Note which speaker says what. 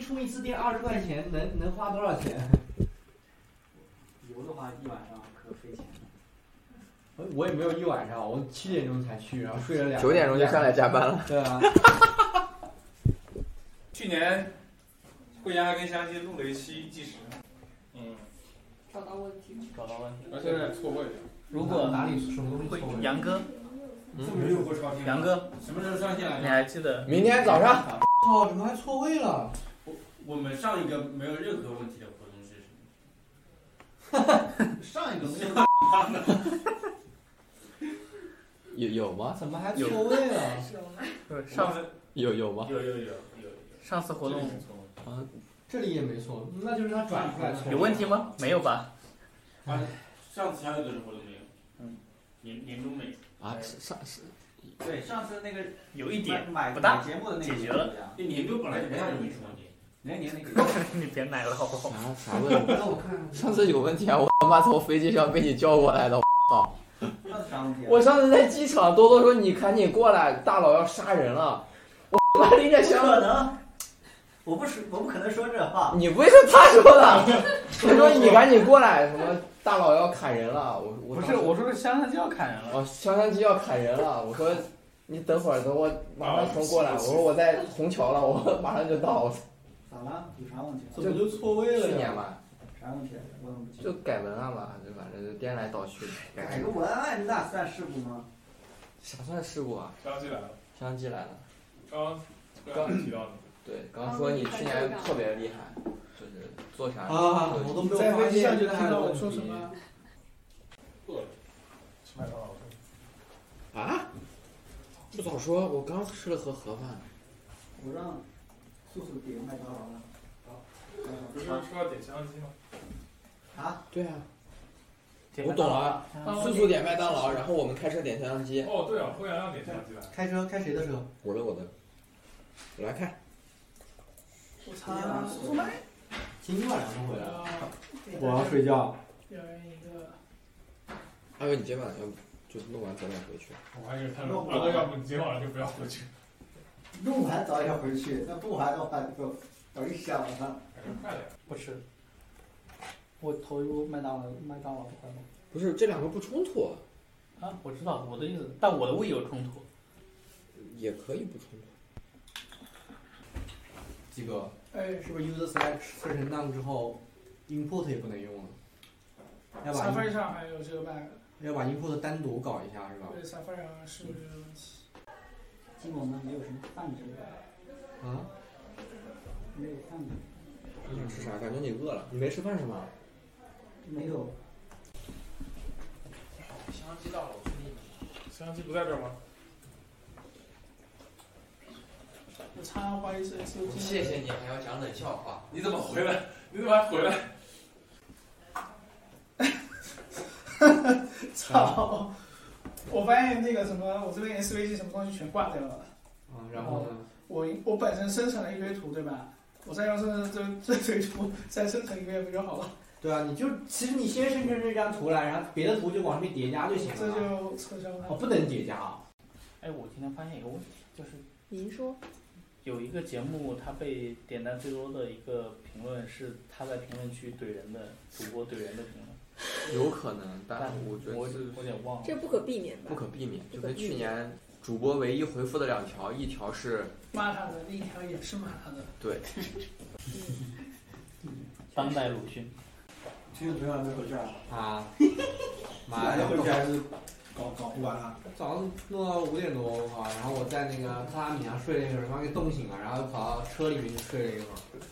Speaker 1: 充一次电二十块钱，能能花多少钱？
Speaker 2: 游的话一晚上可费钱了。
Speaker 1: 我我也没有一晚上，我七点钟才去，然后睡了两
Speaker 3: 九点钟就上来加班了。
Speaker 1: 对啊，
Speaker 4: 去年惠阳跟湘西录了一期纪实，
Speaker 5: 嗯，
Speaker 6: 找到问题了。
Speaker 5: 找到问题。
Speaker 4: 而且也错位了。
Speaker 5: 如果
Speaker 1: 哪里什么东西错 位？
Speaker 5: 杨哥，
Speaker 4: 这么又不超前？
Speaker 5: 杨哥，
Speaker 4: 什么时候上线来
Speaker 5: 你
Speaker 4: 着？
Speaker 5: 还记得？
Speaker 3: 嗯明天早上，
Speaker 1: 靠，哦怎么还错位了？
Speaker 4: 我们上一个没有任何问题的活动是什么？
Speaker 2: 上一个没有，
Speaker 3: 有有吗？
Speaker 1: 怎么还错位了？
Speaker 6: 是吗？
Speaker 5: 不是上次
Speaker 3: 有有吗？
Speaker 4: 有有有有有。
Speaker 5: 上次活动
Speaker 1: 这里也没错，那就是他转出来错。
Speaker 5: 有问题？吗？没有吧？
Speaker 4: 上次还有个什么活动没有？
Speaker 5: 嗯，
Speaker 4: 年年终没。
Speaker 3: 啊，上上
Speaker 2: 对，上次那个
Speaker 5: 有一点，
Speaker 2: 买
Speaker 5: 不大
Speaker 2: 买节目的那个
Speaker 5: 解决了
Speaker 2: 问题啊，
Speaker 4: 那年终本来就没啥人没出问题。
Speaker 2: 那年那个
Speaker 5: 你别奶了好不好？
Speaker 3: 啥啥问题？
Speaker 1: 让我看看。
Speaker 3: 上次有问题啊！我他妈从飞机上被你叫过来的，我操！
Speaker 2: 那啥问题啊？
Speaker 3: 我上次在机场，多多说你赶紧过来，大佬要杀人了。我他妈拎着箱
Speaker 2: 可
Speaker 3: 子，
Speaker 2: 能，我不是我不可能说这话。
Speaker 3: 你不会是他说的？他说你赶紧过来，什么大佬要砍人了？我我
Speaker 5: 不
Speaker 3: 当
Speaker 5: 是，
Speaker 3: 时
Speaker 5: 我说是香香就要砍人了。
Speaker 3: 哦，香香鸡要砍人了。我说你等会儿，等我马上从过来。我说我在虹桥了，我马上就到。
Speaker 2: 咋了？有啥问题啊？
Speaker 1: 怎么就错位了？
Speaker 3: 去年？吧，
Speaker 2: 啥问题啊？我怎么不清楚？
Speaker 3: 就改文案吧，就反正就颠来倒去的。
Speaker 2: 改个文案那算事故吗？
Speaker 3: 啥算事故啊？
Speaker 4: 刚进来了，
Speaker 3: 香鸡来了。
Speaker 4: 刚刚提到你。
Speaker 3: 对，刚说你去年特别厉害，就是做啥
Speaker 1: 啊，我都没有发现。看到我说什么？
Speaker 2: 麦当劳。
Speaker 3: 啊？不早说，我刚吃了盒盒饭。
Speaker 2: 我让素素点麦当劳了。
Speaker 4: 不是说要点香鸡吗？
Speaker 2: 啊？
Speaker 3: 对啊，
Speaker 5: 点
Speaker 3: 我
Speaker 5: 麦
Speaker 3: 懂
Speaker 5: 当劳。
Speaker 3: 了。速速点麦当劳，然后我们开车点香香鸡。
Speaker 4: 哦，对啊，惠阳要点香鸡来。
Speaker 1: 开车开谁的车？
Speaker 3: 我的我的，我来看。
Speaker 5: 我操
Speaker 2: 啊！
Speaker 5: 送麦
Speaker 1: 今天晚上就回来了。
Speaker 2: 我要睡觉。
Speaker 5: 一人一个。
Speaker 3: 阿伟，你今晚要不就弄完早点回去。
Speaker 4: 我还以为他说，二哥，要不你今天晚上就不要回去，
Speaker 2: 弄完早点回去，那不玩的话就等想了。
Speaker 4: 还是快点。
Speaker 5: 不吃。我投入麦当劳，麦当劳快吗？
Speaker 3: 不是，这两个不冲突，
Speaker 5: 啊，我知道我的意思，但我的胃有冲突。
Speaker 3: 也可以不冲突。
Speaker 1: 鸡哥，
Speaker 5: 哎，
Speaker 1: 是不是 user select 分成 none 之后，import 也不能用了？要把
Speaker 7: ，Safari 上还有这个 bug，
Speaker 1: 要把 import 单独搞一下是吧？
Speaker 7: 对，Safari 上是有这个问题。
Speaker 2: 基本上没有什么饭吃，
Speaker 1: 啊？
Speaker 2: 没有饭吃，
Speaker 1: 嗯
Speaker 3: 你想吃啥？感觉你饿了。你没吃饭是吗？
Speaker 2: 没有。
Speaker 5: 香鸡到了，我给你
Speaker 4: 香鸡不在这儿吗？
Speaker 7: 我常常怀疑这次
Speaker 3: 我谢谢你还要讲冷笑话。
Speaker 4: 你怎么回来？你怎么还回来？
Speaker 7: 操！我发现那个什么，我这边 SVG 什么东西全挂掉了。
Speaker 1: 啊，然后呢？
Speaker 7: 我我本身生成了一堆图，对吧？我再用生成这这堆图再生成一个不就好了？
Speaker 1: 对啊，你就其实你先生成这张图来，然后别的图就往上面叠加就行
Speaker 7: 这
Speaker 1: 了。
Speaker 7: 就撤销
Speaker 1: 哦，
Speaker 7: 它。
Speaker 1: 不能叠加啊！
Speaker 5: 哎，我今天发现一个问题，就是
Speaker 6: 您说
Speaker 5: 有一个节目，它被点赞最多的一个评论是他在评论区怼人的主播怼人的评论，
Speaker 3: 有可能，但我觉
Speaker 5: 我我
Speaker 3: 得是
Speaker 5: 有点忘了。
Speaker 6: 这不可避免吧
Speaker 3: 不？可避免，
Speaker 6: 不
Speaker 3: 就
Speaker 6: 可
Speaker 3: 跟
Speaker 6: 避
Speaker 3: 去
Speaker 6: 免
Speaker 3: 年主播唯一回复的两条，一条是
Speaker 7: 骂他的另一条也是骂他的。
Speaker 5: 当代鲁迅，
Speaker 2: 听众朋友没回去啊？
Speaker 1: 啊， 妈
Speaker 2: 晚
Speaker 1: 呀
Speaker 2: 上！回去还是搞搞不完了。
Speaker 1: 早上弄到五点多，啊我靠，然后我在那个榻榻米上睡了一会儿，然后给冻醒了，然后跑到车里面去睡了一会儿。